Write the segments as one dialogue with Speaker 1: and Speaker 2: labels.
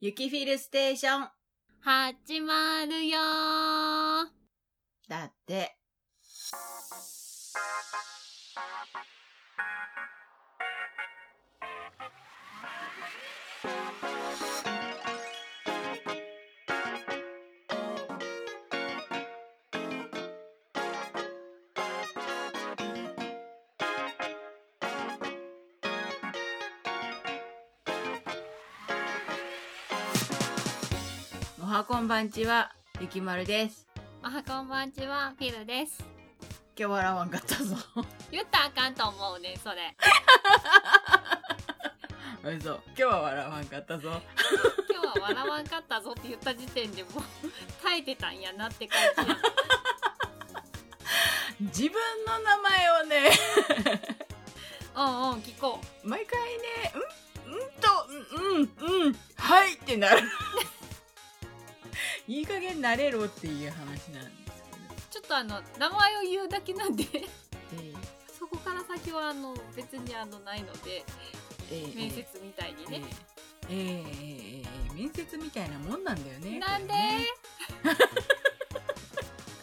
Speaker 1: 雪フィルステーション。
Speaker 2: 始まるよー
Speaker 1: だって。おはこんばんちは、ゆきまるです。
Speaker 2: おはこんばんちは、フィルです。
Speaker 1: 今日笑わんかったぞ。
Speaker 2: 言ったらあかんと思うね、それ。
Speaker 1: 嘘。今日は笑わんかったぞ。
Speaker 2: 今日は笑わんかったぞって言った時点でもう、耐えてたんやなって感じや。
Speaker 1: 自分の名前をね、
Speaker 2: うんうん、聞こう。
Speaker 1: 毎回ね、んんと、うん、うん、うん、はいってなる。 いい加減慣れろっていう話なんです
Speaker 2: ちょっとあの、名前を言うだけなんで、
Speaker 1: けど。え
Speaker 2: そこから先はあの、別にあの、ないので、
Speaker 1: えええ
Speaker 2: 面接みたいにね。
Speaker 1: ええええええ面接みたいなもんなんだよね。
Speaker 2: なんで
Speaker 1: これね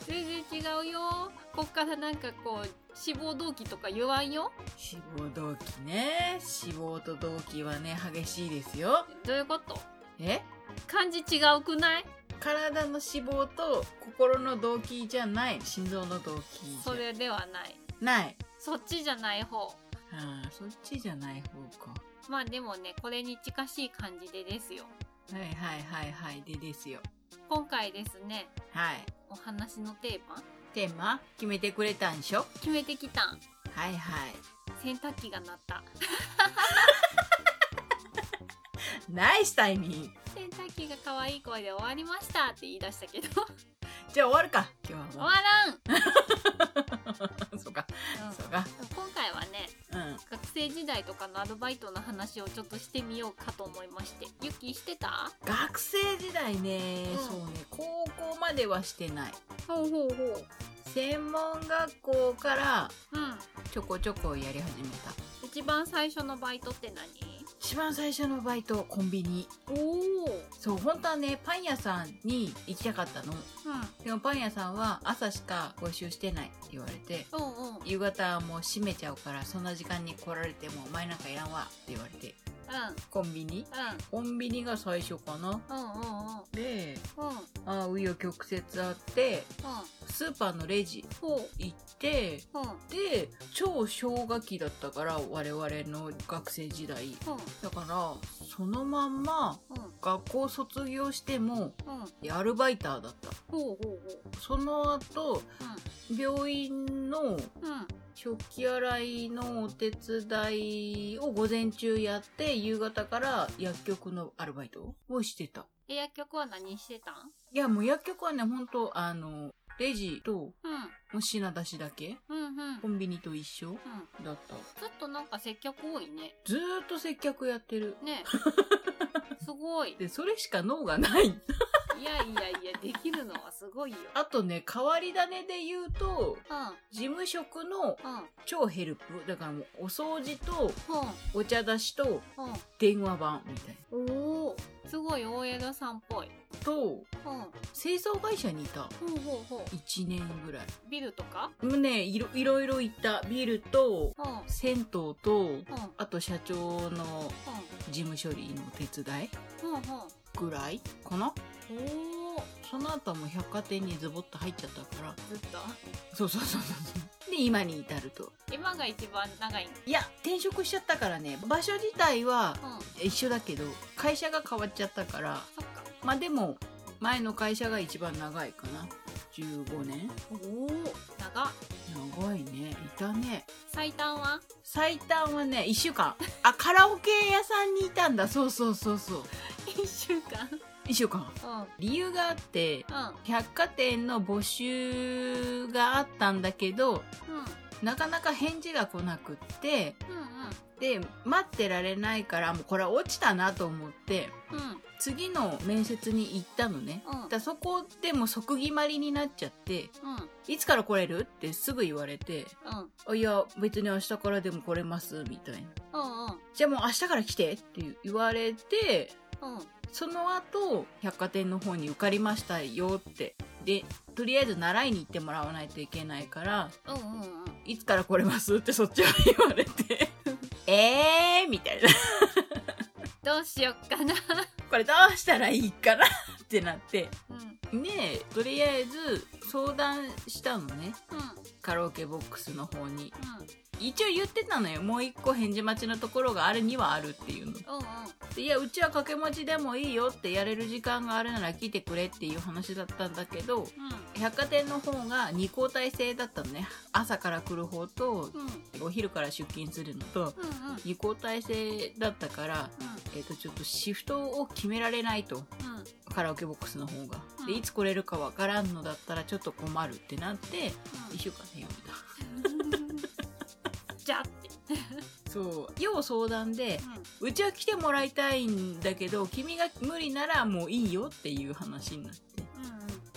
Speaker 2: 全然違うよこっからなんかこう志望動機とか言わんよ
Speaker 1: 志望動機ね。志望と動機はね、激しいですよ。
Speaker 2: どういうこと
Speaker 1: え
Speaker 2: 漢字違うくない
Speaker 1: 体の脂肪と心の動機じゃない心臓の動機じゃ
Speaker 2: それではない
Speaker 1: ない
Speaker 2: そっちじゃない方
Speaker 1: あーそっちじゃない方か
Speaker 2: まあでもねこれに近しい感じでですよ
Speaker 1: はいはいはいはいでですよ
Speaker 2: 今回ですね
Speaker 1: はい
Speaker 2: お話のテーマ
Speaker 1: テーマ決めてくれたんでしょ
Speaker 2: 決めてきたん
Speaker 1: はいはい
Speaker 2: 洗濯機が鳴った
Speaker 1: ナイスタイミング
Speaker 2: 洗濯機が可愛い声で終わりましたって言い出した けど
Speaker 1: じゃあ終わるか今日
Speaker 2: 終
Speaker 1: は
Speaker 2: わらん、うん
Speaker 1: そうかそうか
Speaker 2: 今回はね
Speaker 1: うん
Speaker 2: 学生時代とかのアルバイトの話をちょっとしてみようかと思いましてユキしてた
Speaker 1: 学生時代ね、
Speaker 2: うん
Speaker 1: そうね高校まではしてない
Speaker 2: ほうほうほう
Speaker 1: 専門学校から
Speaker 2: うん
Speaker 1: ちょこちょこやり始めた
Speaker 2: 一番最初のバイトって何
Speaker 1: 一番最初のバイトコンビニ
Speaker 2: おおうん
Speaker 1: そう本当はねパン屋さんに行きたかったのでもパン屋さんは朝しか募集してないって言われて
Speaker 2: うんうんうん
Speaker 1: 夕方はもう閉めちゃうからそんな時間に来られてもお前なんかいらんわって言われてコンビニコンビニが最初かな
Speaker 2: うんうんうんうん
Speaker 1: で
Speaker 2: うんうん
Speaker 1: ああ紆余曲折あってスーパーのレジ
Speaker 2: ほ
Speaker 1: 行って
Speaker 2: ううん
Speaker 1: で超氷河期だったから我々の学生時代
Speaker 2: うん
Speaker 1: だからそのまんま
Speaker 2: うん
Speaker 1: 学校卒業しても
Speaker 2: うん
Speaker 1: アルバイターだった
Speaker 2: ほうほうほう
Speaker 1: その後病院の
Speaker 2: うんうん
Speaker 1: 食器洗いのお手伝いを午前中やって夕方から薬局のアルバイトをしてた
Speaker 2: え薬局は何してたん
Speaker 1: いやもう薬局はねほんとあのレジとも
Speaker 2: うん
Speaker 1: う品出しだけ
Speaker 2: うんうんう
Speaker 1: コンビニと一緒
Speaker 2: ん
Speaker 1: だった
Speaker 2: ずっとなんか接客多いね
Speaker 1: ずーっと接客やってる
Speaker 2: ねすごい
Speaker 1: でそれしか脳がない
Speaker 2: いやいやいやできるのはすごいよ
Speaker 1: あとね変わり種で言うと
Speaker 2: う
Speaker 1: 事務職の
Speaker 2: んうん
Speaker 1: 超ヘルプだからもうお掃除と
Speaker 2: ほう
Speaker 1: お茶出しと
Speaker 2: うん
Speaker 1: 電話番みたい
Speaker 2: おおすごい OL さんっぽい。
Speaker 1: なと
Speaker 2: うん、ほ
Speaker 1: 清掃会社にいた
Speaker 2: うほうほ。
Speaker 1: 1年ぐらいう
Speaker 2: ビルとか
Speaker 1: もうねいろいろいろ行ったビルと
Speaker 2: うん、うん、
Speaker 1: 銭湯と
Speaker 2: うん、
Speaker 1: あと社長の事務処理の手伝い
Speaker 2: うん、
Speaker 1: ぐらいかな
Speaker 2: うん。おお
Speaker 1: その後はもう百貨店にズボッと入っちゃったから
Speaker 2: ずっと。
Speaker 1: そうそうそうそうで今に至ると
Speaker 2: 今が一番長いん。
Speaker 1: いや転職しちゃったからね場所自体は
Speaker 2: うん、
Speaker 1: 一緒だけど会社が変わっちゃったから
Speaker 2: そっか。
Speaker 1: まあでも前の会社が一番長いかな15年
Speaker 2: おお長っ。
Speaker 1: 長いねいたね
Speaker 2: 最短は
Speaker 1: 最短はね1週間あカラオケ屋さんにいたんだそうそうそうそう
Speaker 2: 一週間。
Speaker 1: 1週間
Speaker 2: うん、
Speaker 1: 理由があって百貨店の募集があったんだけど
Speaker 2: うん、
Speaker 1: なかなか返事が来なくって
Speaker 2: うん、うん、
Speaker 1: で待ってられないからもうこれ落ちたなと思って
Speaker 2: うん、うん、
Speaker 1: 次の面接に行ったのね
Speaker 2: うん
Speaker 1: だからそこでもう即決まりになっちゃって
Speaker 2: うん、
Speaker 1: いつから来れるってすぐ言われて、
Speaker 2: うん、
Speaker 1: あいや、別に明日からでも来れます、みたいな。
Speaker 2: うん、うん、
Speaker 1: じゃあもう明日から来てって言われて、
Speaker 2: うん、
Speaker 1: その後百貨店の方に受かりましたよってでとりあえず習いに行ってもらわないといけないから
Speaker 2: うんうんうん
Speaker 1: いつから来れますってそっちは言われてえーみたいな
Speaker 2: どうしよっかな
Speaker 1: これどうしたらいいかなってなって
Speaker 2: うんうん
Speaker 1: ねえとりあえず相談したのねカラオケボックスの方に一応言ってたのよもう一個返事待ちのところがあるにはあるっていうの
Speaker 2: うんうん
Speaker 1: でいやうちは掛け持ちでもいいよってやれる時間があるなら来てくれっていう話だったんだけど百貨店の方が2交代制だったのね朝から来る方と
Speaker 2: うんうん
Speaker 1: お昼から出勤するのと
Speaker 2: うんうん
Speaker 1: 2交代制だったから、えっとちょっとシフトを決められないと
Speaker 2: うんうん
Speaker 1: カラオケボックスの方がで
Speaker 2: うん
Speaker 1: いつ来れるかわからんのだったらちょっと困るってなって1週間でやめた
Speaker 2: じゃあって
Speaker 1: そう要相談で
Speaker 2: うん
Speaker 1: うちは来てもらいたいんだけど君が無理ならもういいよっていう話になって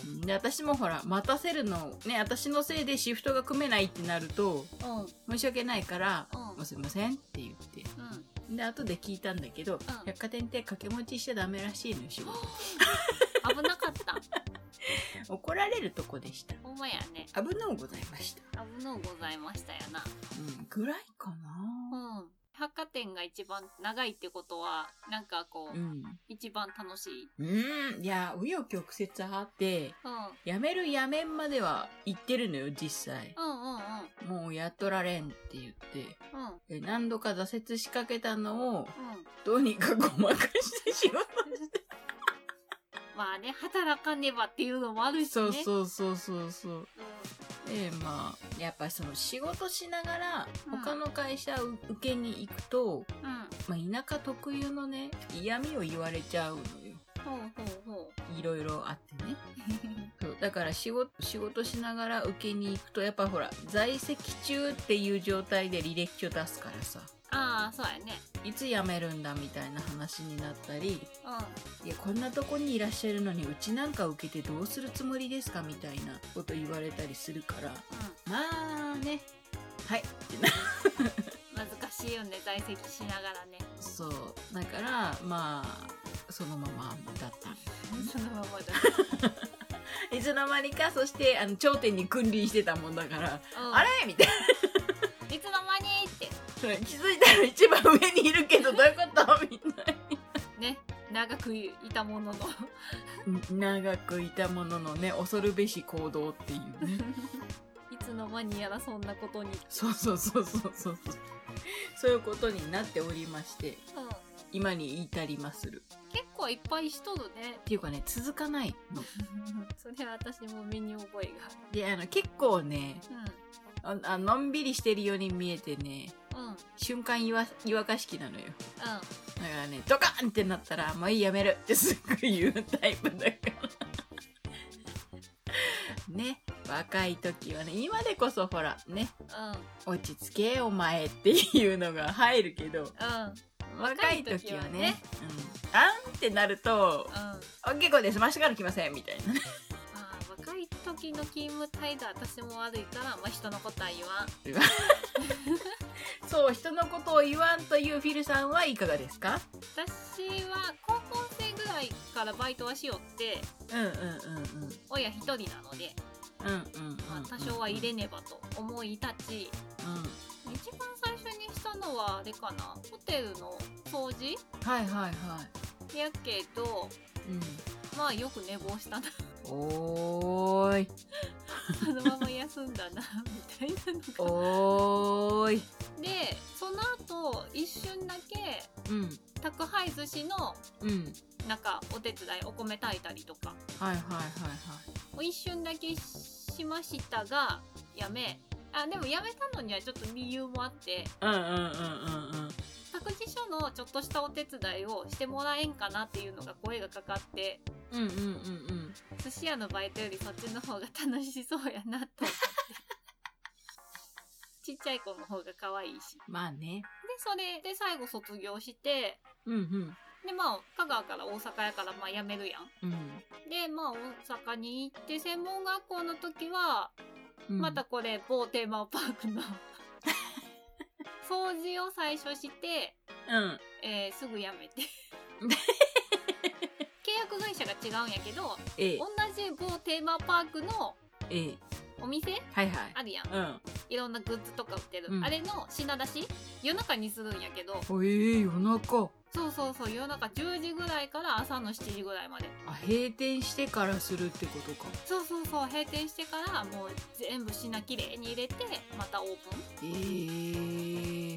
Speaker 2: うん
Speaker 1: うんで私もほら待たせるのね私のせいでシフトが組めないってなると
Speaker 2: うんうん
Speaker 1: 申し訳ないから
Speaker 2: うん
Speaker 1: 「もうすいません」って言って
Speaker 2: うん
Speaker 1: で後で聞いたんだけど、
Speaker 2: ん
Speaker 1: 百貨店って掛け持ちしちゃダメらしいのよ仕事
Speaker 2: 危なかった
Speaker 1: 怒られるとこでした
Speaker 2: ほんまやね
Speaker 1: 危のうございました、
Speaker 2: 危のうございましたよな
Speaker 1: うん、ぐらいか
Speaker 2: う
Speaker 1: なん
Speaker 2: 百貨店が一番長いってことはなんかこう、
Speaker 1: うん、
Speaker 2: 一番楽しい
Speaker 1: うん、いや紆余曲折あって
Speaker 2: うん
Speaker 1: 辞める辞めんまでは行ってるのよ実際
Speaker 2: うんうん
Speaker 1: もうやっとられんって言って
Speaker 2: うん
Speaker 1: で何度か挫折しかけたのを
Speaker 2: うんうん
Speaker 1: どうにかごまかして仕事
Speaker 2: まあね働かねばっていうのもあるしね
Speaker 1: そう
Speaker 2: う、
Speaker 1: そうそうそうそうでまあやっぱその仕事しながら
Speaker 2: うん
Speaker 1: 他の会社を受けに行くと、
Speaker 2: んうん、
Speaker 1: まあ、田舎特有のね嫌味を言われちゃうのよ
Speaker 2: ほうほう ほ
Speaker 1: いろいろあってね
Speaker 2: う
Speaker 1: そうだから仕事仕事しながら受けに行くとやっぱほら在籍中っていう状態で履歴書出すからさ
Speaker 2: ああそうやね
Speaker 1: いつ辞めるんだみたいな話になったり
Speaker 2: う
Speaker 1: いやこんなとこにいらっしゃるのにうちなんか受けてどうするつもりですかみたいなこと言われたりするから
Speaker 2: んう
Speaker 1: まあねはい
Speaker 2: ん難しいよね在籍しなが らね
Speaker 1: そうだからまあそのままだった
Speaker 2: そのままだ、
Speaker 1: いつの間にかそしてあの頂点に君臨してたもんだから、
Speaker 2: うん、
Speaker 1: あれみたい
Speaker 2: いつの間にって
Speaker 1: な気づいたら一番上にいるけどどういうことみたい
Speaker 2: ね長くいたもの の
Speaker 1: な長くいたもののね恐るべし行動っていうね
Speaker 2: いつの間にやらそんなことに
Speaker 1: そうそうそうそうそうそうそういうことになっておりまして
Speaker 2: うん
Speaker 1: 今に至りまする
Speaker 2: 結構いっぱいしとるね
Speaker 1: っ ていうかね続かないの
Speaker 2: それは私も身に覚えが
Speaker 1: であの結構ね
Speaker 2: あ
Speaker 1: ああのんびりしてるように見えてね
Speaker 2: るうんうんうん
Speaker 1: 瞬間違和違和感式なのよだからねドカーンってなったら「もういいやめる」ってすぐ言うタイプだからね若い時はね今でこそほらね落ち着けお前っていうのが入るけど
Speaker 2: うんうん
Speaker 1: 若
Speaker 2: 若
Speaker 1: い
Speaker 2: い
Speaker 1: 時
Speaker 2: 時
Speaker 1: は
Speaker 2: はね
Speaker 1: ねうん、あんってなると
Speaker 2: あ
Speaker 1: 「あ結構です真下から来ません」みたいなね
Speaker 2: あ若い時の勤務態度私も悪いから、まあ、人のことは言わん
Speaker 1: そう人のことを言わんというフィルさんはいかがですか
Speaker 2: 私は高校生ぐらいからバイトはしよって
Speaker 1: うんうんうんうん
Speaker 2: 親一人なので、
Speaker 1: うんうんうん
Speaker 2: まあ、多少は入れねばと思い立ち
Speaker 1: うん
Speaker 2: 一番最初にしたのはあれかなホテルの掃除
Speaker 1: はいはいはい
Speaker 2: やけどまあよく寝坊したな
Speaker 1: う んおーい
Speaker 2: そのまま休んだなみたいなのが
Speaker 1: おーい
Speaker 2: でその後一瞬だけ
Speaker 1: うん
Speaker 2: 宅配寿司の
Speaker 1: うん
Speaker 2: なんかお手伝いお米炊いたりとか
Speaker 1: はいはいはいはい
Speaker 2: を一瞬だけしましたがやめあでもやめたのにはちょっと理由もあって
Speaker 1: うんうんうんうんうん
Speaker 2: 託児所のちょっとしたお手伝いをしてもらえんかなっていうのが声がかかって
Speaker 1: うんうんうんうん
Speaker 2: 寿司屋のバイトよりそっちの方が楽しそうやなと思ってちっちゃい子の方が可愛いしで
Speaker 1: まあね
Speaker 2: それで最後卒業して
Speaker 1: うんうん
Speaker 2: でまあ香川から大阪やからまあ辞めるやん
Speaker 1: うん
Speaker 2: でまあ大阪に行って専門学校の時は、
Speaker 1: うん
Speaker 2: またこれ某テーマパークの 掃除を最初して、
Speaker 1: うん
Speaker 2: えーすぐやめて社が違うんやけど
Speaker 1: ええ
Speaker 2: 同じ某テーマパークの
Speaker 1: ええ
Speaker 2: お店
Speaker 1: はいはい
Speaker 2: あるやん
Speaker 1: うん
Speaker 2: いろんなグッズとか売ってる、
Speaker 1: うん
Speaker 2: あれの品出し夜中にするんやけど
Speaker 1: おええ夜中
Speaker 2: そうそうそう夜中10時ぐらいから朝の7時ぐらいまで
Speaker 1: あ閉店してからするってことか
Speaker 2: そうそうそう閉店してからもう全部品きれいに入れてまたオープン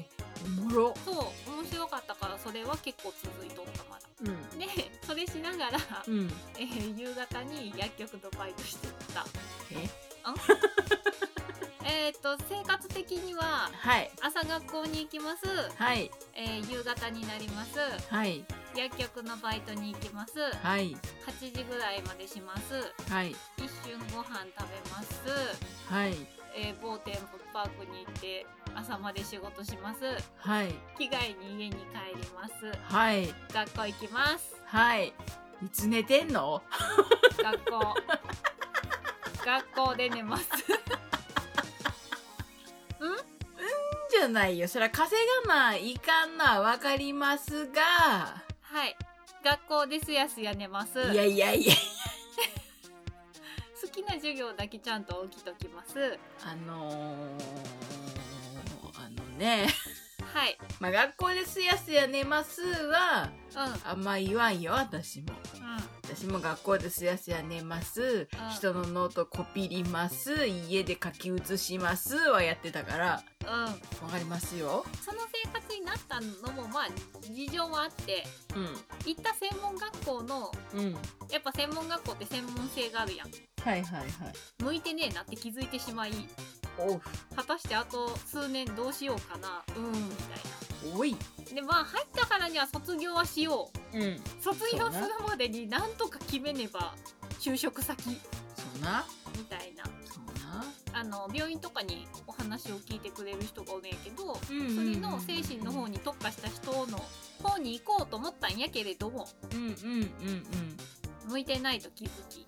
Speaker 1: ええおもろ
Speaker 2: そう面白かったからそれは結構続いとったまだ
Speaker 1: うん
Speaker 2: でそれしなが ら、
Speaker 1: うん
Speaker 2: えー夕方に薬局のバイトしてた
Speaker 1: え
Speaker 2: えっ、と生活的には
Speaker 1: はい
Speaker 2: 朝学校に行きます、
Speaker 1: はい
Speaker 2: えー夕方になります
Speaker 1: はい
Speaker 2: 薬局のバイトに行きます
Speaker 1: はい
Speaker 2: 8時ぐらいまでします
Speaker 1: はい
Speaker 2: 一瞬ご飯食べます、
Speaker 1: はい
Speaker 2: えー某店舗パークに行って朝まで仕事します
Speaker 1: はい
Speaker 2: 着替えに家に帰ります
Speaker 1: はい
Speaker 2: 学校行きます
Speaker 1: はいいつ寝てんの
Speaker 2: 学校学校で寝ます
Speaker 1: じゃないよそりゃ稼がないかんなわかりますが
Speaker 2: はい学校ですやすや寝ます
Speaker 1: いやいやいや
Speaker 2: 好きな授業だけちゃんと起きときますは
Speaker 1: あのー、あのね
Speaker 2: い
Speaker 1: まあ学校ですやすや寝ますは
Speaker 2: うんうん
Speaker 1: あんま言わんよ私も私も学校ですやすや寝ます
Speaker 2: あ
Speaker 1: 人のノートコピります家で書き写しますはやってたから
Speaker 2: うん
Speaker 1: わかりますよ
Speaker 2: その生活になったのもまあ事情はあって
Speaker 1: う
Speaker 2: 行った専門学校の
Speaker 1: んうん
Speaker 2: やっぱ専門学校って専門性があるやん
Speaker 1: はいはいはい
Speaker 2: 向いてねえなって気づいてしまい
Speaker 1: お
Speaker 2: 果たしてあと数年どうしようかなうんみた
Speaker 1: おい
Speaker 2: いなでまあ入ったからには卒業はしよう
Speaker 1: うん
Speaker 2: 卒業するまでになんとか決めねば就職先み
Speaker 1: そうな
Speaker 2: たいな
Speaker 1: そうな
Speaker 2: あの病院とかにお話を聞いてくれる人がおるんやけど
Speaker 1: そ
Speaker 2: それの精神の方に特化した人の方に行こうと思ったんやけれども
Speaker 1: うんうんうん
Speaker 2: 向いてないと気づき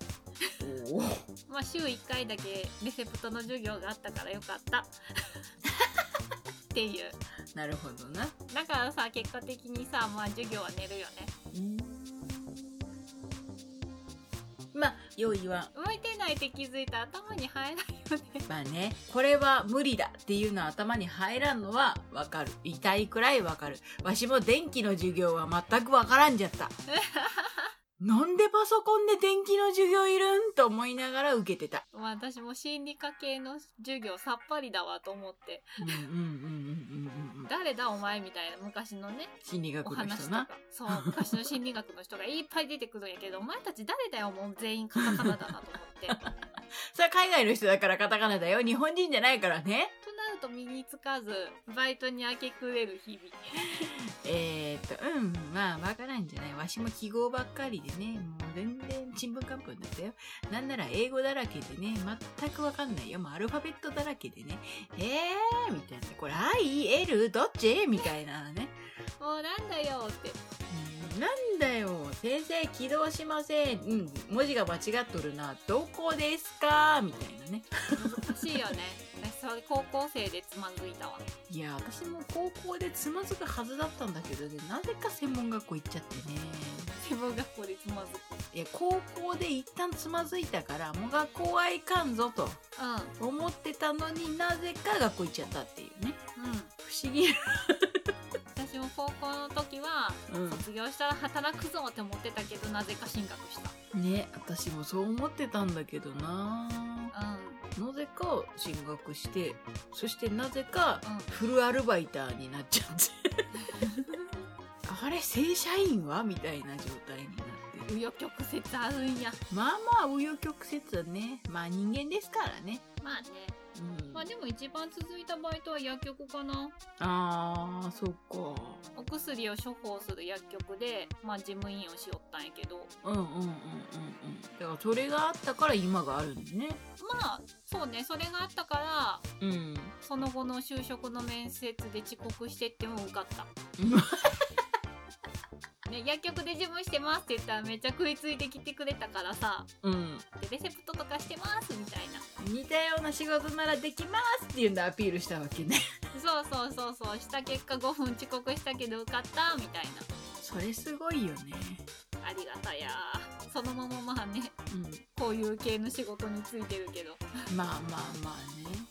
Speaker 1: うんおお
Speaker 2: まあ週1回だけレセプトの授業があったからよかった っていう
Speaker 1: なるほどな
Speaker 2: だからさ結果的にさまあ授業は寝るよね
Speaker 1: まあ用意は
Speaker 2: 向いてないって気づいたら頭に入らない よね
Speaker 1: まあねこれは無理だっていうのは頭に入らんのはわかる痛いくらいわかるわしも電気の授業は全くわからんじゃ ったなんでパソコンで電気の授業いるんと思いながら受けてた
Speaker 2: まあ私も心理科系の授業さっぱりだわと思って
Speaker 1: うんうんうんうんうんうんうん
Speaker 2: 誰だお前みたいな昔のね
Speaker 1: 心理
Speaker 2: お
Speaker 1: 学の
Speaker 2: 話
Speaker 1: 人
Speaker 2: と
Speaker 1: な
Speaker 2: かそう昔の心理学の人がいっぱい出てくるんやけどお前たち誰だよもう全員カタカナだなと思って。
Speaker 1: それは海外の人だからカタカナだよ日本人じゃないからね
Speaker 2: となると身につかずバイトに明け暮れる日々。
Speaker 1: えー、っとうんまあわからんじゃないわしも記号ばっかりでねもう全然ちんぷんかんぷんだったよなんなら英語だらけでね全くわかんないよもうアルファベットだらけでねえーみたいなこれ IL どっちみたいなね
Speaker 2: もうなんだよって。
Speaker 1: うんなんだよ先生起動しませんうん文字が間違っとるなどこですかみたいなね
Speaker 2: 難しいよね。 私それ高校生でつまずいたわ。
Speaker 1: いや私も高校でつまずくはずだったんだけどねなぜか専門学校行っちゃってね
Speaker 2: 専門学校でつまずく。
Speaker 1: いや高校で一旦つまずいたからもう学校はいかんぞと
Speaker 2: う
Speaker 1: 思ってたのになぜか学校行っちゃったっていうね
Speaker 2: ん。うん。
Speaker 1: 不思議
Speaker 2: 私も高校の時は卒業したら働くぞって思ってたけどなぜか進学した。
Speaker 1: ね私もそう思ってたんだけどな
Speaker 2: うん。
Speaker 1: なぜか進学してそしてなぜか
Speaker 2: うん。
Speaker 1: フルアルバイターになっちゃって あれ正社員はみたいな状態になって
Speaker 2: 紆余曲折あるんや。
Speaker 1: まあまあ紆余曲折はねまあ人間ですからね
Speaker 2: まあね。
Speaker 1: うん
Speaker 2: まあでも一番続いたバイトは薬局かな。
Speaker 1: あーそっか
Speaker 2: お薬を処方する薬局で、まあ事務員をしよったんやけど。
Speaker 1: うんうんうんうんうんだからそれがあったから今があるんだね
Speaker 2: まあそうねそれがあったから
Speaker 1: うん
Speaker 2: その後の就職の面接で遅刻してっても受かったね薬局で事務してますって言ったらめっちゃ食いついてきてくれたからさ
Speaker 1: うん
Speaker 2: でレセプトとかしてますみたいな
Speaker 1: 似たような仕事ならできますっていうんでアピールしたわけ ね
Speaker 2: そうそうそうそうした結果5分遅刻したけど受かったみたい
Speaker 1: それすごいよね
Speaker 2: なありがたやそのまままあね
Speaker 1: う
Speaker 2: こういう系の仕事についてるけど
Speaker 1: ん、まあまあま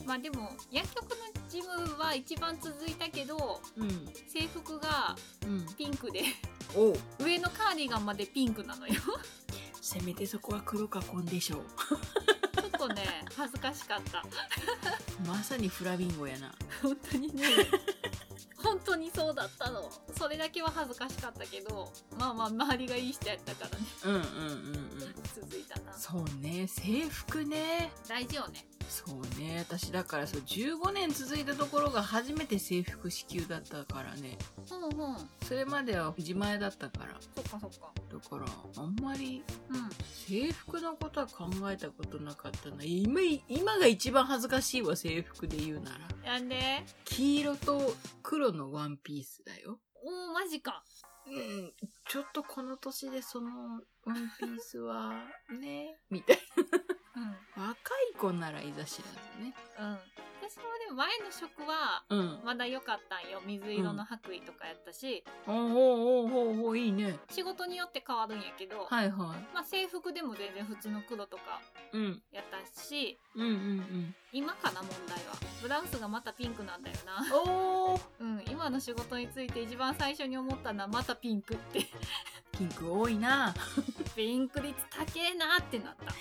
Speaker 2: まあでも薬局のジムは一番続いたけど
Speaker 1: あね
Speaker 2: 制服が
Speaker 1: うんうん
Speaker 2: ピンクで
Speaker 1: おう
Speaker 2: 上のカーディガンまでピンクなのよ ち
Speaker 1: せめてそこは黒かコンでしょう
Speaker 2: ょっとね恥ずかしかった
Speaker 1: まさにフラミンゴやな
Speaker 2: 本当に ね本当にそうだったのそれだけは恥ずかしかったけどまあまあ周りがいい人やったからね
Speaker 1: うんうんうんうん
Speaker 2: 続いたな
Speaker 1: そうね制服ね
Speaker 2: 大事よね
Speaker 1: そうね私だからそう15年続いたところが初めて制服支給だったからね
Speaker 2: うんうん
Speaker 1: それまでは自前だったから
Speaker 2: そっかそっか
Speaker 1: だからあんまり
Speaker 2: うん
Speaker 1: 制服のことは考えたことなかったな今今が一番恥ずかしいわ制服で言うなら
Speaker 2: なんで
Speaker 1: 黄色と黒のワンピースだよ
Speaker 2: おおマジか
Speaker 1: うんちょっとこの年でそのワンピースは ねみたい
Speaker 2: うんうん
Speaker 1: な若い子ならいざ知らずね
Speaker 2: 私もでも前の職は
Speaker 1: うん
Speaker 2: まだ良かったんよ水色の白衣とかやったし、
Speaker 1: おおおうおうおうおういいね
Speaker 2: 仕事によって変わるんやけど、
Speaker 1: はいは
Speaker 2: まあ制服でも全然普通の黒とか
Speaker 1: いうん
Speaker 2: やったし
Speaker 1: うんうん
Speaker 2: 今かな問題はブラウスがまたピンクなんだよな
Speaker 1: うんおお
Speaker 2: うん、今の仕事について一番最初に思ったのはまたピンクって
Speaker 1: ピンク多いな
Speaker 2: ピンク率高えなってなった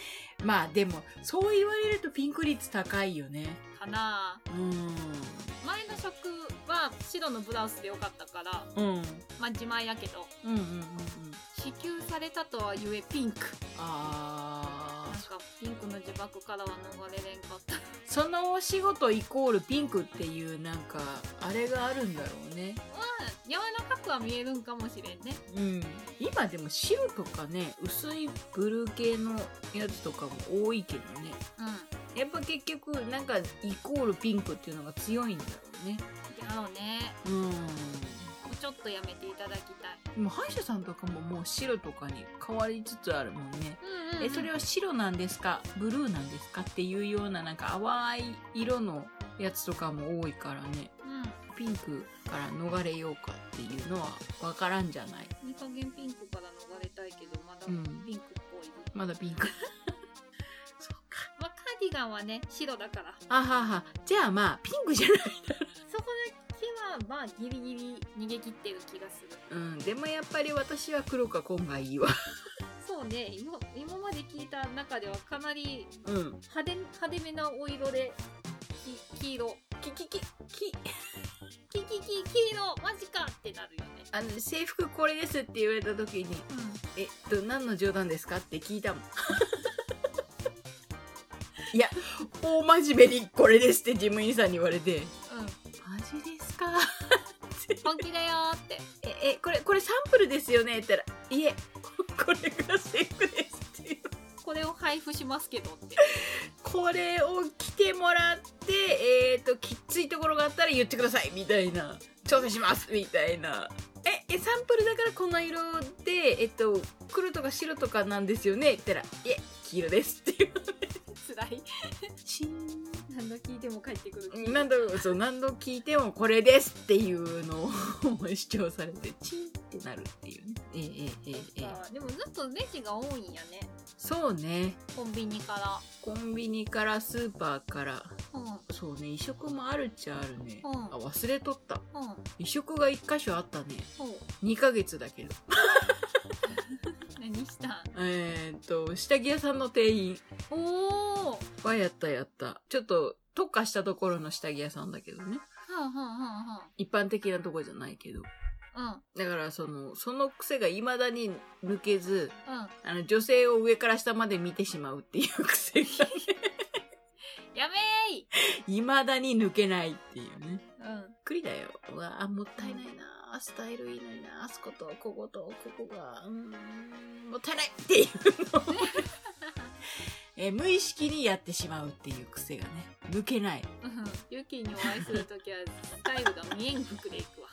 Speaker 1: まあでもそう言われるとピンク率高いよね
Speaker 2: かな
Speaker 1: う
Speaker 2: 前の職は白のブラウスでよかったから
Speaker 1: んうん
Speaker 2: まあ自前やけど
Speaker 1: うんうんうんうん
Speaker 2: 支給されたとはゆえピンク
Speaker 1: あ
Speaker 2: なん
Speaker 1: ー
Speaker 2: かピンクの呪縛からは逃れれんかった
Speaker 1: そのお仕事イコールピンクっていうなんかあれがあるんだろうね
Speaker 2: 柔らかくは見えるんかもしれんね
Speaker 1: うん今でも白とかね薄いブルー系のやつとかも多いけどね
Speaker 2: うん
Speaker 1: やっぱ結局なんかイコールピンクっていうのが強いんだろうね
Speaker 2: やろうね
Speaker 1: うん
Speaker 2: もうちょっとやめていただきたい
Speaker 1: でも歯医者さんとかももう白とかに変わりつつあるもんね
Speaker 2: うん
Speaker 1: えそれ
Speaker 2: は
Speaker 1: は白なんですかブルーなんですかっていうようななんか淡い色のやつとかも多いからね
Speaker 2: う
Speaker 1: ピンクから逃れようかっていうのは分からんじゃない
Speaker 2: んいい加減ピンクから逃れたいけどまだ
Speaker 1: うん
Speaker 2: ピンクっぽい、
Speaker 1: まだピンク そうか
Speaker 2: まあ、カーディガンはね白だから
Speaker 1: あははじゃあまあピンクじゃない、
Speaker 2: そこだけはまあギリギリ逃げ切ってる気がする
Speaker 1: うん、でもやっぱり私は黒か紺がいいわ
Speaker 2: そうね今今まで聞いた中ではかなり
Speaker 1: うん
Speaker 2: 派手派手めなお色でき黄色
Speaker 1: きききき
Speaker 2: キキキ黄色マジかってなるよね
Speaker 1: あの制服これですって言われた時に
Speaker 2: うん
Speaker 1: 「えっと何の冗談ですか?」って聞いたもん いや大真面目に「これです」って事務員さんに言われて
Speaker 2: うん
Speaker 1: 「マジですか
Speaker 2: 本気だよーって
Speaker 1: え」えこれこれサンプルですよね?」って言ったら「いえ これが制服です」っていう
Speaker 2: これを配布しますけどって
Speaker 1: これを着てもらって、えっときついところがあったら言ってくださいみたいな調整しますみたいなええサンプルだからこの色で、えっと黒とか白とかなんですよねって言ったら「いえ黄色です」っていう
Speaker 2: 辛い何度聞いても帰ってくる
Speaker 1: 何度そう何度聞いても「これです」っていうのを 主張されてチンってなるっていうねええええええ
Speaker 2: あーでもずっとレジが多いんやね
Speaker 1: そうね
Speaker 2: コンビニか
Speaker 1: コンビニからスーパーから
Speaker 2: らうんうん
Speaker 1: そうね移植もあるっちゃあるね、
Speaker 2: うん
Speaker 1: あ忘れとった
Speaker 2: そ
Speaker 1: 移植が1箇所あったね
Speaker 2: う
Speaker 1: 2ヶ月だけど
Speaker 2: 何したん
Speaker 1: えーっと下着屋さんの店員
Speaker 2: おおは
Speaker 1: はやったやったちょっと特化したところの下着屋さんだけどね
Speaker 2: あはあは
Speaker 1: 一般的なとこじゃないけど
Speaker 2: あはあ
Speaker 1: だからそのその癖がいまだに抜けず
Speaker 2: うんうん
Speaker 1: あの女性を上から下まで見てしまうっていう癖が
Speaker 2: やべーい
Speaker 1: いまだに抜けないっていうね
Speaker 2: うん
Speaker 1: びっくりだようわあもったいないなあスタイルいいのになあそことこことここがうーんもったいないっていうのをえ無意識にやってしまうっていう癖がね抜けない
Speaker 2: うんユキにお会いするときはスタイルが見えん服で行くわ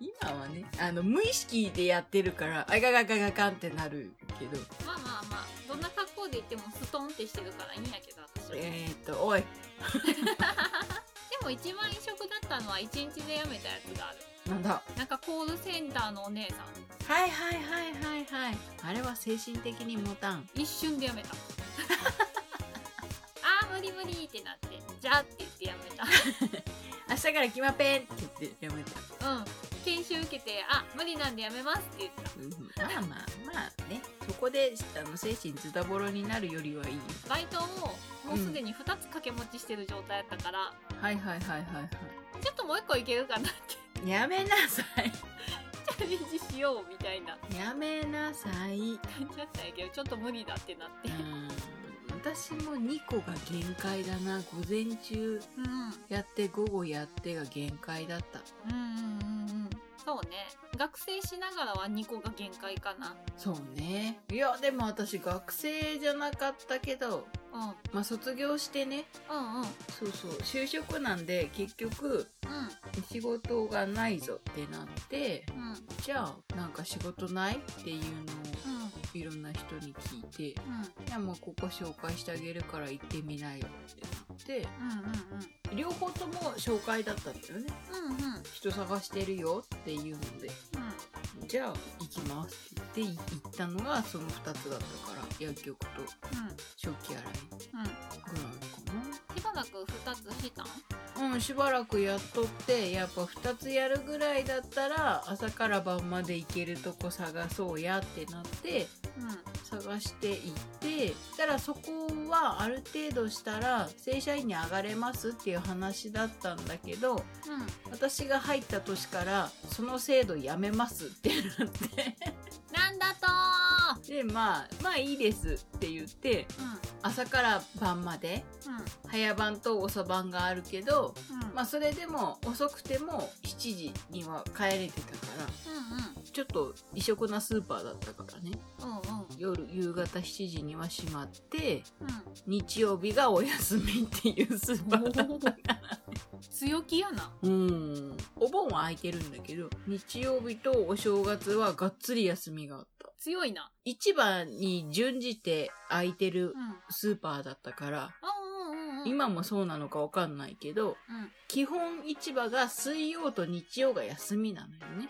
Speaker 1: 今はねあの無意識でやってるからあガガガガガンってなるけど
Speaker 2: まあまあまあどんな格好で行ってもストンってしてるからいいんやけど私はで
Speaker 1: えー、っとおい
Speaker 2: も一番異色だったのは一日でやめたやつがある
Speaker 1: なんだ
Speaker 2: なんかコールセンターのお姉さん
Speaker 1: はいはいはいはいはいああれは精神的に持たん。
Speaker 2: 一瞬でやめた あー無理無理ってなってじゃあって言ってやめた
Speaker 1: 明日からキマペンって言ってやめた。
Speaker 2: うん研修受けてあ無理なんでやめますって言った
Speaker 1: うんまあまあまあね。そこであの精神ズタボロになるよりはいいよ。
Speaker 2: バイトももうすでに2つ掛け持ちしてる状態やったから、
Speaker 1: はいはいはいはいは
Speaker 2: ちょっともう一個いけるかなって
Speaker 1: い。やめなさい。
Speaker 2: チャレンジしようみたいな
Speaker 1: やめなさい。
Speaker 2: 感じだったんやけどちょっと無理だってなって
Speaker 1: うん私も2個が限界だな午前中
Speaker 2: うんうん
Speaker 1: やって午後やってが限界だった
Speaker 2: うんうんうんそうね学生しながらは2個が限界かな
Speaker 1: そうねいやでも私学生じゃなかったけど
Speaker 2: うんうん
Speaker 1: まあ卒業してね
Speaker 2: うんうん
Speaker 1: そうそう就職なんで結局仕事がないぞってなって
Speaker 2: うん
Speaker 1: じゃあなんか仕事ないっていうのを
Speaker 2: うん
Speaker 1: いろんな人に聞いてい
Speaker 2: うん
Speaker 1: やもうここ紹介してあげるから行ってみないよってなっ
Speaker 2: うんうん
Speaker 1: て両方とも紹介だったんだよね
Speaker 2: うんうんうん
Speaker 1: 人探してるよっていうので
Speaker 2: うん
Speaker 1: じゃあ行きますって言って行ったのがその2つだったから薬局と食器洗い
Speaker 2: うんうん
Speaker 1: ぐらい
Speaker 2: しばらく2つしたん
Speaker 1: かなうんしばらくやっとってやっぱ2つやるぐらいだったら朝から晩まで行けるとこ探そうやってなって
Speaker 2: うん
Speaker 1: 探していってたらそこはある程度したら正社員に上がれますっていう話だったんだけど
Speaker 2: うん
Speaker 1: 私が入った年からその制度やめますってなって。
Speaker 2: なんだと
Speaker 1: でまあまあいいですって言って
Speaker 2: ー
Speaker 1: 朝から晩まで
Speaker 2: うんうん
Speaker 1: 早晩と遅晩があるけど
Speaker 2: うん
Speaker 1: まあそれでも遅くても7時には帰れてたから
Speaker 2: う
Speaker 1: ちょっと異色なスーパーだったからね
Speaker 2: んうんうんうん
Speaker 1: 夜夕方7時には閉まって
Speaker 2: うん
Speaker 1: 日曜日がお休みっていうスーパーだった
Speaker 2: 強気やな
Speaker 1: うんお盆は空いてるんだけど日曜日とお正月はがっつり休みがあった
Speaker 2: 強いな
Speaker 1: 市場に準じて空いてる
Speaker 2: うんあ
Speaker 1: スーパーだったから
Speaker 2: うんうんうん
Speaker 1: 今もそうなのかわかんないけど
Speaker 2: うん
Speaker 1: 基本市場が水曜と日曜が休みなのよね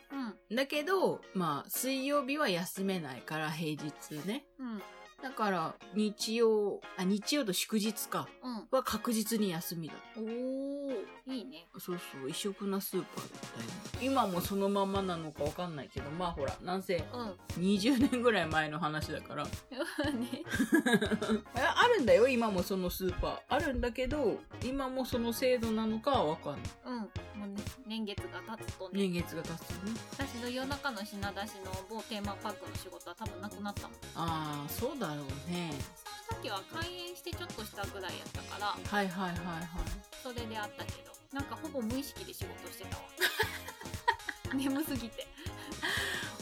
Speaker 2: うん
Speaker 1: だけどまあ水曜日は休めないから平日ね
Speaker 2: うん
Speaker 1: だから日曜あ日曜と祝日か
Speaker 2: うん
Speaker 1: は確実に休みだ
Speaker 2: おーいいね
Speaker 1: そうそう異色なスーパーだったよ今もそのままなのかわかんないけどまあほらなんせ
Speaker 2: う
Speaker 1: 20年ぐらい前の話だから
Speaker 2: んね
Speaker 1: あるんだよ今もそのスーパーあるんだけど今もその制度なのかはわかんない
Speaker 2: うんもうね年月が経つとね
Speaker 1: 年月が経つとね
Speaker 2: 私の夜中の品出しの某テーマパークの仕事は多分なくなったもん
Speaker 1: ああそうだろうね
Speaker 2: その時は開園してちょっとしたぐらいやったから
Speaker 1: はいはいはいはい
Speaker 2: それであったけどなんかほぼ無意識で仕事して たわ眠すぎて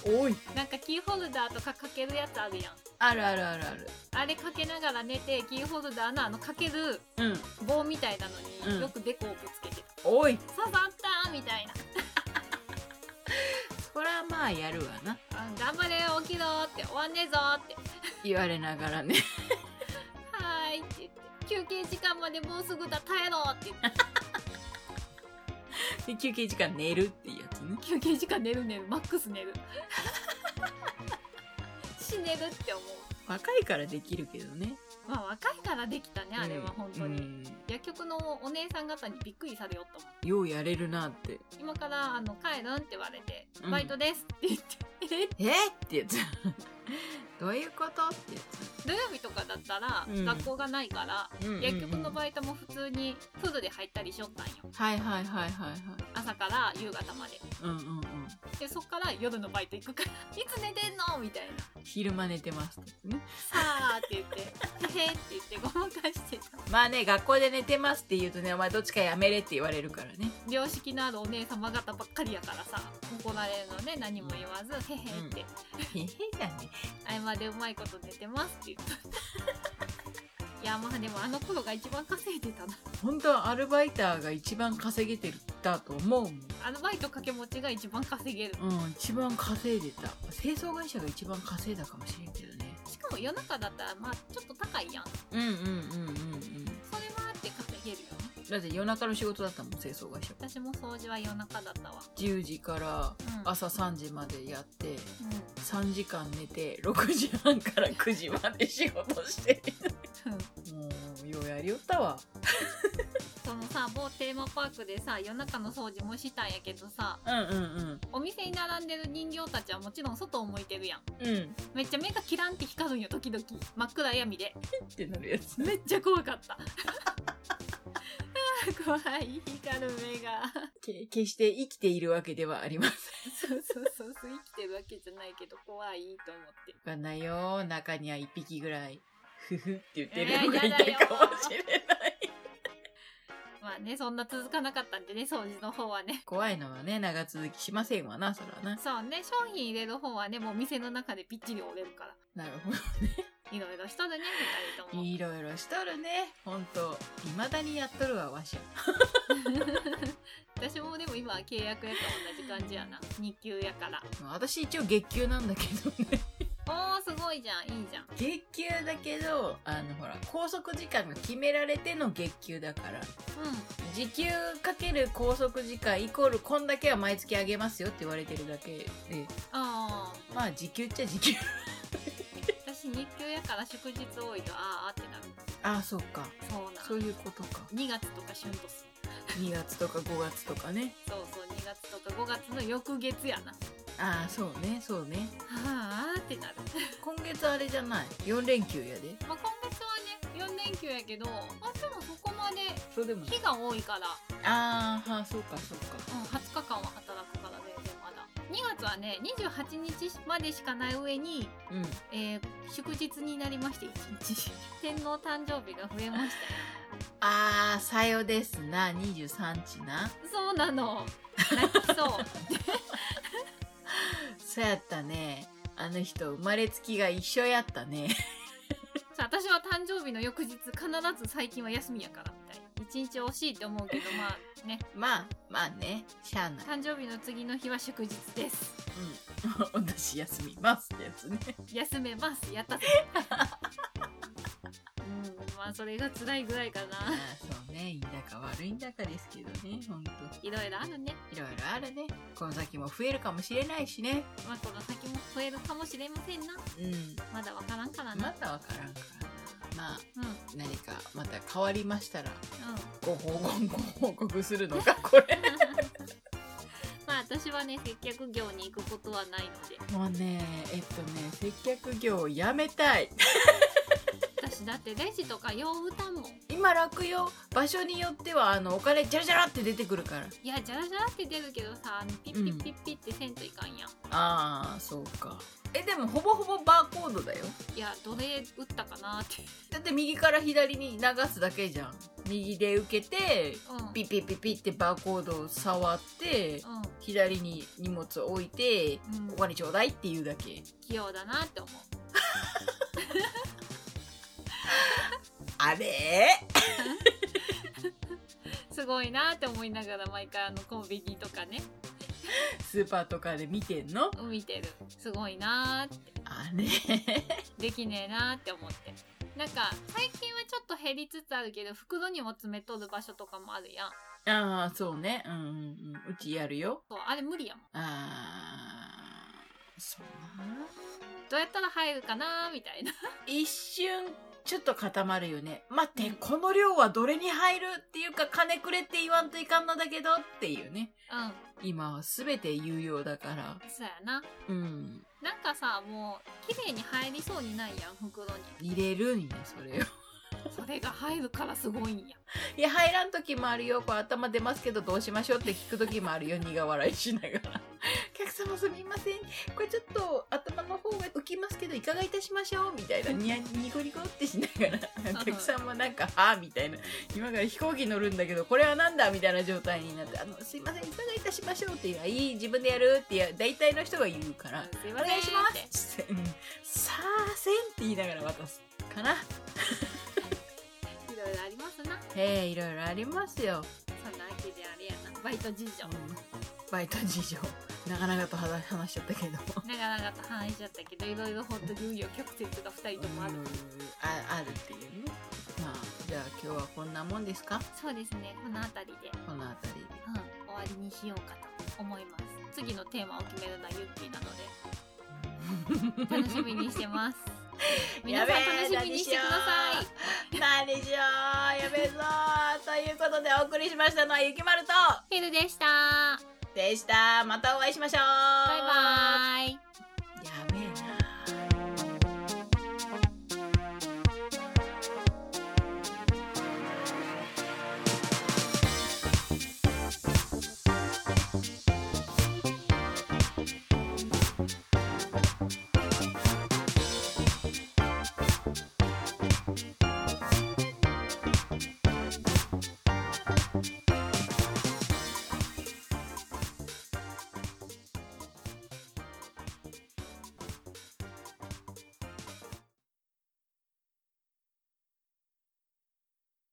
Speaker 1: おい
Speaker 2: なんかキーホルダーとかかけるやつあるやん
Speaker 1: あるあるあるある
Speaker 2: あれかけながら寝てキーホルダーのあのかける
Speaker 1: うん
Speaker 2: 棒みたいなの
Speaker 1: うん
Speaker 2: によくデコをぶつけて
Speaker 1: おい
Speaker 2: た「刺さった!」みたいな
Speaker 1: そりゃまあやるわな
Speaker 2: 「あ頑張れよ起きろ!」って「終わんねえぞ!」って「
Speaker 1: 言われながらね
Speaker 2: はーい」って言って「休憩時間までもうすぐだ耐えろ!」って言って
Speaker 1: で休憩時間寝るっていうやつね
Speaker 2: 休憩時間寝る寝るマックス寝る 死ねるって思う
Speaker 1: 若いからできるけどね
Speaker 2: まあ若いからできたねあれは本当に、
Speaker 1: うん
Speaker 2: 薬局のお姉さん方にびっくりされよったもん
Speaker 1: ようやれるなって
Speaker 2: 今からあの帰るんって言われて
Speaker 1: う
Speaker 2: 「
Speaker 1: ん
Speaker 2: バイトです」って 言って「え
Speaker 1: えってやつどういうことってや
Speaker 2: 土曜日とかだったら
Speaker 1: うん
Speaker 2: 学校がないから、
Speaker 1: つ、うんうんうん
Speaker 2: 薬局のバイトも普通にプールで入ったりしよったんよ
Speaker 1: はいはいはいはいはい
Speaker 2: 朝から夕方まで
Speaker 1: うんうんうん
Speaker 2: でそっから夜のバイト行くからいつ寝てんのみたいな
Speaker 1: 昼間寝てますってやつね
Speaker 2: 「さあ」って言って「へへ」って言ってごまかしてた
Speaker 1: まあね学校で寝てますって言うとねお前どっちかやめれって言われるからね
Speaker 2: 良識のあるお姉様方ばっかりやからさ怒られるのね何も言わず「へへ」って
Speaker 1: へへじゃね
Speaker 2: 「合間でうまいこと寝てます」って言った いやまあでもあの頃が一番稼いでたな
Speaker 1: 本当はアルバイターが一番稼げてるだと思うもん
Speaker 2: アルバイト掛け持ちが一番稼げる
Speaker 1: うん一番稼いでた清掃会社が一番稼いだかもしれんけどね
Speaker 2: しかも夜中だったらまあちょっと高いやん
Speaker 1: うんうんうんうんうん
Speaker 2: それはあって稼げるよね
Speaker 1: だって夜中の仕事だったもん清掃会社
Speaker 2: 私も掃除は夜中だったわ
Speaker 1: 10時から
Speaker 2: うん
Speaker 1: 朝3時までやって
Speaker 2: う
Speaker 1: 3時間寝て6時半から9時まで仕事して
Speaker 2: んうん
Speaker 1: もうようやりよったわ
Speaker 2: そのさ某テーマパークでさ夜中の掃除もしたんやけどさ
Speaker 1: うんうんうん
Speaker 2: お店に並んでる人形たちはもちろん外を向いてるやん
Speaker 1: うんっ
Speaker 2: めっちゃ目がキランって光るんよ時々真っ暗闇で
Speaker 1: てなるやつ
Speaker 2: めっちゃ怖かった あー怖い光る目が
Speaker 1: け決して生きているわけではありませ
Speaker 2: そうそうそうそう生きてるわけじゃないけど怖いと思って
Speaker 1: んわかんないよ中には1匹ぐらいふふって言って
Speaker 2: え
Speaker 1: る
Speaker 2: ー
Speaker 1: のがいたかもしれない、
Speaker 2: まあねそんな続かなかったんでね掃除の方はね
Speaker 1: 怖いのはね長続きしませんわなそらな
Speaker 2: そうね商品入れる方はねもう店の中でぴっちり折れるか
Speaker 1: な
Speaker 2: ら
Speaker 1: るほど
Speaker 2: いろいろしとるね二人とも
Speaker 1: いろいろしとるねほんといまだにやっとるわわし
Speaker 2: 私もでも今契約やと同じ感じやな2級やから
Speaker 1: 私一応月給なんだけどね
Speaker 2: おーすごいじゃんいいじゃん
Speaker 1: 月給だけどあのほら拘束時間が決められての月給だから
Speaker 2: う
Speaker 1: 時給かける拘束時間イコールこんだけは毎月あげますよって言われてるだけで
Speaker 2: んああ
Speaker 1: まあ時給っちゃ時給
Speaker 2: 私日給やから祝日多いとあーあーってなる
Speaker 1: ああそうか
Speaker 2: そうな
Speaker 1: そういうことか
Speaker 2: 2月とか春とす
Speaker 1: 2月とか5月とかね
Speaker 2: そうそう2月とか5月の翌月やな
Speaker 1: ああそうねそうね
Speaker 2: あーあーってなる、
Speaker 1: 今月あれじゃない4連休やで
Speaker 2: まあ、今月はね4連休やけどあでもそこまで
Speaker 1: そうでも
Speaker 2: 日が多いから、
Speaker 1: ああはあそうかそうか
Speaker 2: うん、20日間は働くから全然まだ2月はね28日までしかない上に
Speaker 1: うん
Speaker 2: えー祝日になりまして一日天皇誕生日が増えまし
Speaker 1: ああさよですな23日な
Speaker 2: たそうなの泣きそう
Speaker 1: そうやったねあの人生まれつきが一緒やったね
Speaker 2: さあ私は誕生日の翌日必ず最近は休みやからみたいな一日惜しいと思うけどまあね
Speaker 1: まあまあねしゃあない
Speaker 2: 誕生日の次の日は祝日です
Speaker 1: うん 私休みますってやつね
Speaker 2: 休めますやったぜうんまあそれが辛いぐらいか
Speaker 1: あ
Speaker 2: な
Speaker 1: そうねいいんだか悪いんだかですけどねほんと
Speaker 2: いろいろあるね
Speaker 1: いろいろあるねこの先も増えるかもしれないしね
Speaker 2: まあこの先も増えるかもしれませんな
Speaker 1: うん
Speaker 2: まだわからんから
Speaker 1: ま
Speaker 2: な
Speaker 1: だわからんからまあ
Speaker 2: うん うん
Speaker 1: 何かまた変わりましたら
Speaker 2: うん
Speaker 1: ご報告ご報告するのかこれ
Speaker 2: まあ私はね接客業に行くことはないので
Speaker 1: もうねえっとね接客業をやめたい
Speaker 2: 私だってレジとかよう歌もん
Speaker 1: 今楽よ場所によってはあのお金ジャラジャラって出てくるから
Speaker 2: いやじゃらじゃらって出るけどさあのピッピッピッピッってせんといかんやん、
Speaker 1: ああそうかえでもほぼほぼバーコードだよ
Speaker 2: いやどれ打ったかなって
Speaker 1: だって右から左に流すだけじゃん右で受けて
Speaker 2: うん
Speaker 1: ピッピッピッピッってバーコードを触って左に荷物を置いて
Speaker 2: うん、う
Speaker 1: お
Speaker 2: ん、
Speaker 1: 金ちょうだいっていうだけ
Speaker 2: 器用だなって思う
Speaker 1: あれ
Speaker 2: すごいなって思いながら毎回あのコンビニとかね
Speaker 1: スーパーとかで見てんの
Speaker 2: 見てるすごいなー
Speaker 1: あれ
Speaker 2: できねえなって思ってなんか最近はちょっと減りつつあるけど袋にも詰めとる場所とかもあるやん
Speaker 1: ああそうねうんうんうんうちやるよ
Speaker 2: そうあれ無理やもん
Speaker 1: あーそうな
Speaker 2: どうやったら入るかなーみたいな
Speaker 1: 一瞬ちょっと固まるよね待ってこの量はどれに入るっていうか金くれって言わんといかんのだけどっていうね
Speaker 2: うん
Speaker 1: 今は全て有用だから
Speaker 2: そうやな
Speaker 1: うん
Speaker 2: なんかさもう綺麗に入りそうにないやん袋に
Speaker 1: 入れるんやそれを
Speaker 2: それが入るからすごいんや
Speaker 1: いや入らん時もあるよこう頭出ますけどどうしましょうって聞く時もあるよ苦笑いしながら お客様すみませんこれちょっと頭の方が浮きますけどいかがいたしましょうみたいなニヤニコニコってしながらお客さんもなんか「はあ」みたいな今から飛行機乗るんだけどこれはなんだみたいな状態になって「あのすいませんいかがいたしましょう」って言ういい自分でやるってや大体の人が言うから
Speaker 2: うんすい
Speaker 1: お
Speaker 2: ません
Speaker 1: 願いしま
Speaker 2: って
Speaker 1: す。うんさあせんって言いながら渡すかな。
Speaker 2: いろいろありますな
Speaker 1: えー、いろいろありますよ。
Speaker 2: そんなわけであれやなバイト事情
Speaker 1: バイト事情。なかなかと話話しちゃったけど。
Speaker 2: 長々と話しちゃったけどいろいろほんと流用曲折が2人ともある
Speaker 1: ああるっていうね。まあじゃあ今日はこんなもんですか
Speaker 2: そうですねこの辺りで、
Speaker 1: この辺りで。
Speaker 2: うん、終わりにしようかと思います次のテーマを決めるのはゆっきーなの で楽しみにしてます。皆さん楽しみにしてください。
Speaker 1: 何しようやべえぞということでお送りしましたのはゆきまると
Speaker 2: フィルでした。
Speaker 1: でしたまたお会いしましょう
Speaker 2: バイバーイ。